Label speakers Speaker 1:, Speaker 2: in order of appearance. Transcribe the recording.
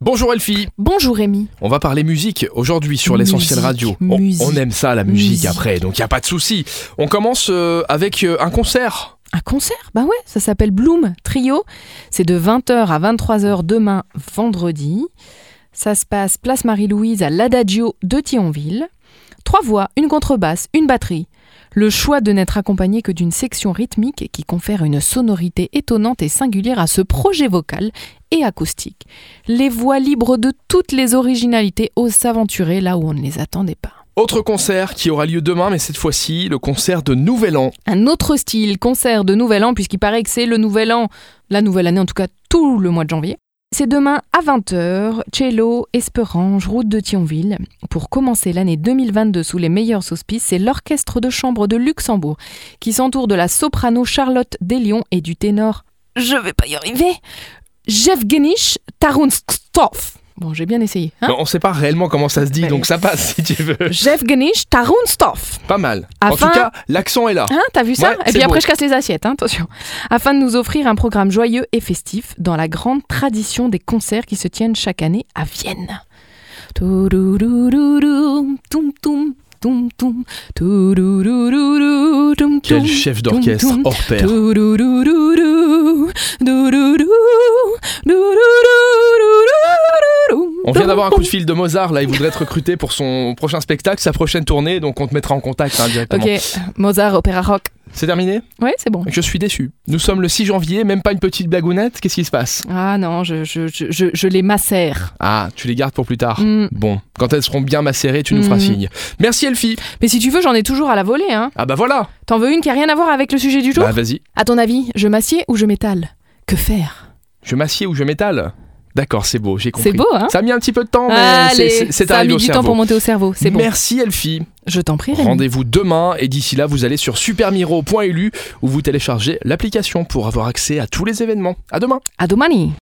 Speaker 1: Bonjour Elfie,
Speaker 2: Bonjour Rémi.
Speaker 1: on va parler musique aujourd'hui sur l'essentiel
Speaker 2: Musique,
Speaker 1: radio. On,
Speaker 2: musique,
Speaker 1: on aime ça la musique,
Speaker 2: musique.
Speaker 1: après, donc il n'y a pas de souci. On commence euh, avec euh, un concert.
Speaker 2: Un concert Bah ouais, ça s'appelle Bloom Trio. C'est de 20h à 23h demain vendredi. Ça se passe place Marie-Louise à l'Adagio de Thionville. Trois voix, une contrebasse, une batterie. Le choix de n'être accompagné que d'une section rythmique qui confère une sonorité étonnante et singulière à ce projet vocal et acoustique. Les voix libres de toutes les originalités osent s'aventurer là où on ne les attendait pas.
Speaker 1: Autre concert qui aura lieu demain, mais cette fois-ci le concert de Nouvel An.
Speaker 2: un autre style, concert de Nouvel An, puisqu'il paraît que c'est le Nouvel An, la nouvelle année en tout cas, tout le mois de janvier. C'est demain à 20h, Cello, Esperange, route de Thionville. Pour commencer l'année 2022 sous les meilleurs auspices, c'est l'Orchestre de chambre de Luxembourg qui s'entoure de la soprano Charlotte Deslions et du ténor Je vais pas y arriver Jevgenich Tarunstov. Bon, j'ai bien essayé. Hein
Speaker 1: Non, on ne sait pas réellement comment ça se dit,
Speaker 2: Ouais.
Speaker 1: donc ça passe si tu veux.
Speaker 2: Jevgenich Tarunstov.
Speaker 1: Pas mal. En
Speaker 2: Afin-
Speaker 1: tout cas, l'accent est là.
Speaker 2: Hein, t'as vu ça
Speaker 1: Ouais,
Speaker 2: Et
Speaker 1: c'est
Speaker 2: puis après,
Speaker 1: beau.
Speaker 2: je casse les assiettes, hein, attention. Afin de nous offrir un programme joyeux et festif dans la grande tradition des concerts qui se tiennent chaque année à Vienne. Tourourourourou, toum toum, toum toum, tourourourourou, toum
Speaker 1: Quel
Speaker 2: toum,
Speaker 1: chef d'orchestre
Speaker 2: toum, toum,
Speaker 1: hors pair.
Speaker 2: tourourourourou, dourourou, dourourou,
Speaker 1: On vient d'avoir un coup de fil de Mozart, là il voudrait être recruté pour son prochain spectacle, sa prochaine tournée, donc on te mettra en contact hein, directement.
Speaker 2: Ok, Mozart, opéra rock.
Speaker 1: C'est terminé
Speaker 2: Ouais, c'est bon.
Speaker 1: Je suis déçu. Nous sommes le 6 janvier, même pas une petite blagounette, qu'est-ce qui se passe
Speaker 2: Ah non, je, je, je, je, je les macère.
Speaker 1: Ah, tu les gardes pour plus tard.
Speaker 2: Mm.
Speaker 1: Bon, quand elles seront bien macérées, tu nous feras
Speaker 2: Mm.
Speaker 1: signe. Merci Elfie.
Speaker 2: Mais si tu veux, j'en ai toujours à la volée. Hein.
Speaker 1: Ah bah voilà.
Speaker 2: T'en veux une qui a rien à voir avec le sujet du jour
Speaker 1: Bah vas-y.
Speaker 2: À ton avis, je m'assieds ou je m'étale Que faire
Speaker 1: Je m'assieds ou je m'étale D'accord, c'est beau, j'ai compris.
Speaker 2: C'est beau, hein
Speaker 1: Ça a mis un petit peu de temps, mais c'est-
Speaker 2: Allez,
Speaker 1: c'est- c'est
Speaker 2: ça a
Speaker 1: arrivé
Speaker 2: mis
Speaker 1: au
Speaker 2: du
Speaker 1: cerveau.
Speaker 2: temps pour monter au cerveau. C'est bon.
Speaker 1: Merci Elfie.
Speaker 2: Je t'en prie, Rémi.
Speaker 1: Rendez-vous demain et d'ici là, vous allez sur supermiro.lu où vous téléchargez l'application pour avoir accès à tous les événements. À demain.
Speaker 2: À domani.